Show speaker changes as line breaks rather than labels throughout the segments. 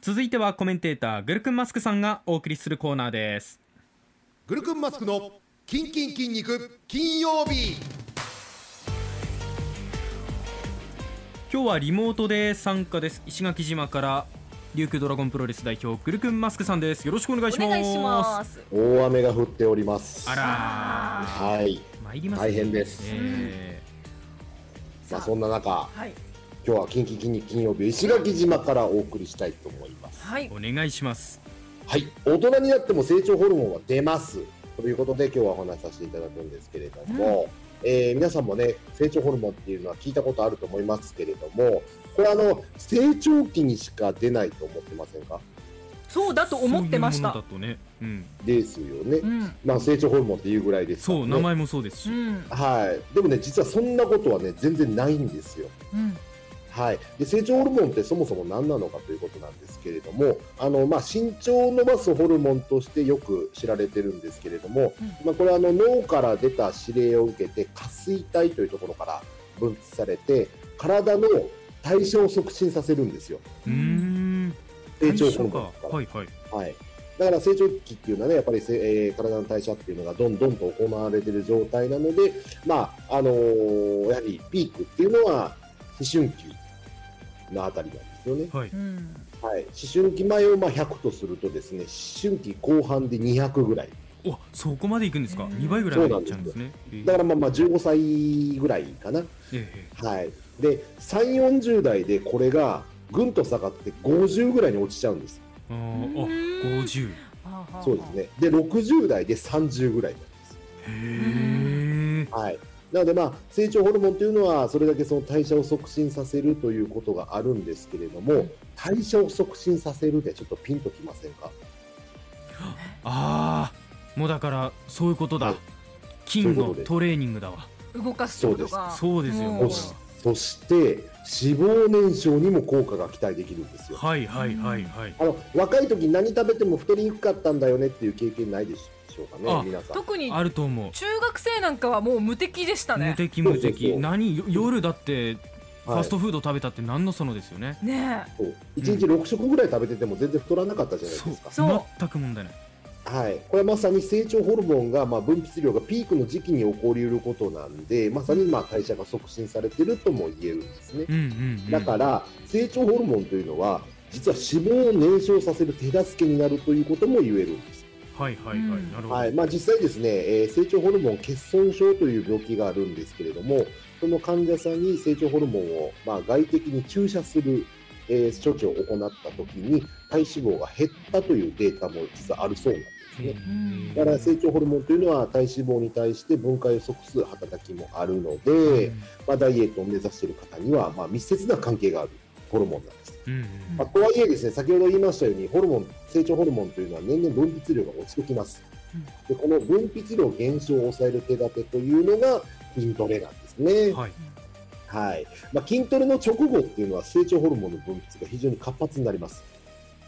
続いてはコメンテーターグルクンマスクさんがお送りするコーナーです
グルクンマスクのキンキン筋肉金曜日
今日はリモートで参加です石垣島から琉球ドラゴンプロレス代表グルクンマスクさんですよろしくお願いします
お願いします。
大雨が降っております。
あら
はい。
ー参りますね
大変です
え
まあそんな中、
はい、
今日は近畿金金曜日石垣島からお送りしたいと思います。
はい
ー、お願いします
はい。大人になっても成長ホルモンは出ます。ということで今日はお話しさせていただくんですけれども、えー皆さんもね成長ホルモンっていうのは聞いたことあると思いますけれども、これあの成長期にしか出ないと思ってませんか？
そうだと思ってまし
そう
た
いう。ものだとね、うん、
ですよね
う。ん、
まあ成長ホルモンっていうぐらいですから
そう
ね
名前もそうですし、
うん、
はい。でもね実はそんなことはね全然ないんですよ。
うん、
はい、で成長ホルモンってそもそも何なのかということなんですけれどもあの、まあ、身長を伸ばすホルモンとしてよく知られてるんですけれども、
う
まあ、これはあの脳から出た指令を受けて下垂体というところから分泌されて体の代謝を促進させるんですよ
うーん
成長
対
ホ
象
ル
か
モンだから、
はいはい
はい、だから成長期っていうのはねやっぱりせ、えー体の代謝っていうのがどんどんと行われている状態なので、まああのーやはりピークっていうのは思春期のあたりなんですよね、
はい
うん、
はい、思春期前をまあ100とするとですね思春期後半で200ぐらい
おそこまで行くんですか、
うん
2倍ぐらいまで行っちゃうんですね
だからまあまあ15歳ぐらいかな、
ええ
はい、で3 4 0代でこれがぐんと下がって50ぐらいに落ちちゃうんです
あー
う
あ
ーん
50
はあはあ
そうです。ねで60代で30ぐらいになります
へえ
はい、なので、まあ、成長ホルモンというのはそれだけその代謝を促進させるということがあるんですけれども代謝を促進させるってちょっとピンときませんか
ああもうだからそういうことだ、
はい
金
そういう
の
ことです
トレーニングだわ
動かすことが。
そうですよ
も
も
う
う
そしそして脂肪燃焼にも効果が期待できるんですよ
はいはいはいはい
あの若い時何食べても太りにくかったんだよねっていう経験ないでしょうか
あ
ね皆さん
特に
あると思う
中学生なんかはもう無敵でした
無
ね。
敵
そう
無
そうそう
敵何よ夜だってフ
はい
ァストフード食べたって何のそのですよね、
ね
そう1日6食ぐらい食べてても全然太らなかったじゃないです
そ
か、
う
そう
全く問題ない
はい、これはまさに成長ホルモンが、まあ、分泌量がピークの時期に起こりうることなんで、まさにまあ代謝が促進されてるとも言えるんですね
う。んうん、うん、
だから、成長ホルモンというのは、実は脂肪を燃焼させる手助けになるということも言えるんです。
はいはいはい、
うん
なるほど、
はいまあ、実際ですね、えー成長ホルモン欠損症という病気があるんですけれども、その患者さんに成長ホルモンを、まあ、外的に注射する、えー処置を行った時に、体脂肪が減ったというデータも実はあるそうなんですね。
ん
だから成長ホルモンというのは体脂肪に対して分解を即す働きもあるので、まあ、ダイエットを目指している方には、まあ、密接な関係があるホルモンなんです。
うんうん
まあ、とはいえですね、先ほど言いましたように、ホルモン、成長ホルモンというのは年々分泌量が落ちてきます。でこの分泌量減少を抑える手立てというのが筋トレなんですね。
はい
はいまあ、筋トレの直後っていうのは成長ホルモンの分泌が非常に活発になります。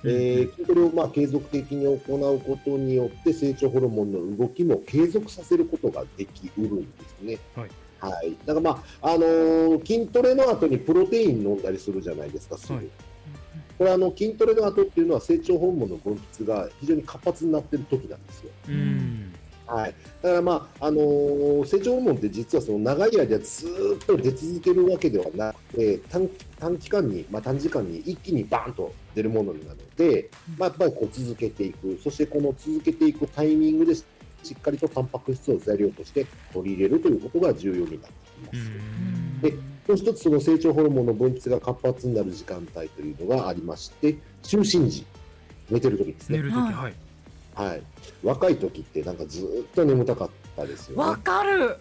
え
うんう
ー筋トレをまあ継続的に行うことによって成長ホルモンの動きも継続させることができうるんですね。
はい
はい、だから、まああのー筋トレの後にプロテイン飲んだりするじゃないですか、すぐ
はい
これあの筋トレの後っていうのは成長ホルモンの分泌が非常に活発になってる時なんですよ。
うん
はい、だから、まああのー成長ホルモンって実はその長い間ずーっと出続けるわけではなくて短期短期間に、まあ、短時間に一気にバーンと出るものなので、まあ、やっぱりこう続けていくそしてこの続けていくタイミングでしっかりとタンパク質を材料として取り入れるということが重要になって
う
きます。
ん
でもう一つその成長ホルモンの分泌が活発になる時間帯というのがありまして就寝時寝てる時です
寝
ね、
るとき
はい
はい
はい、若い時ってなんかずーっと眠たかったですよね
わかる。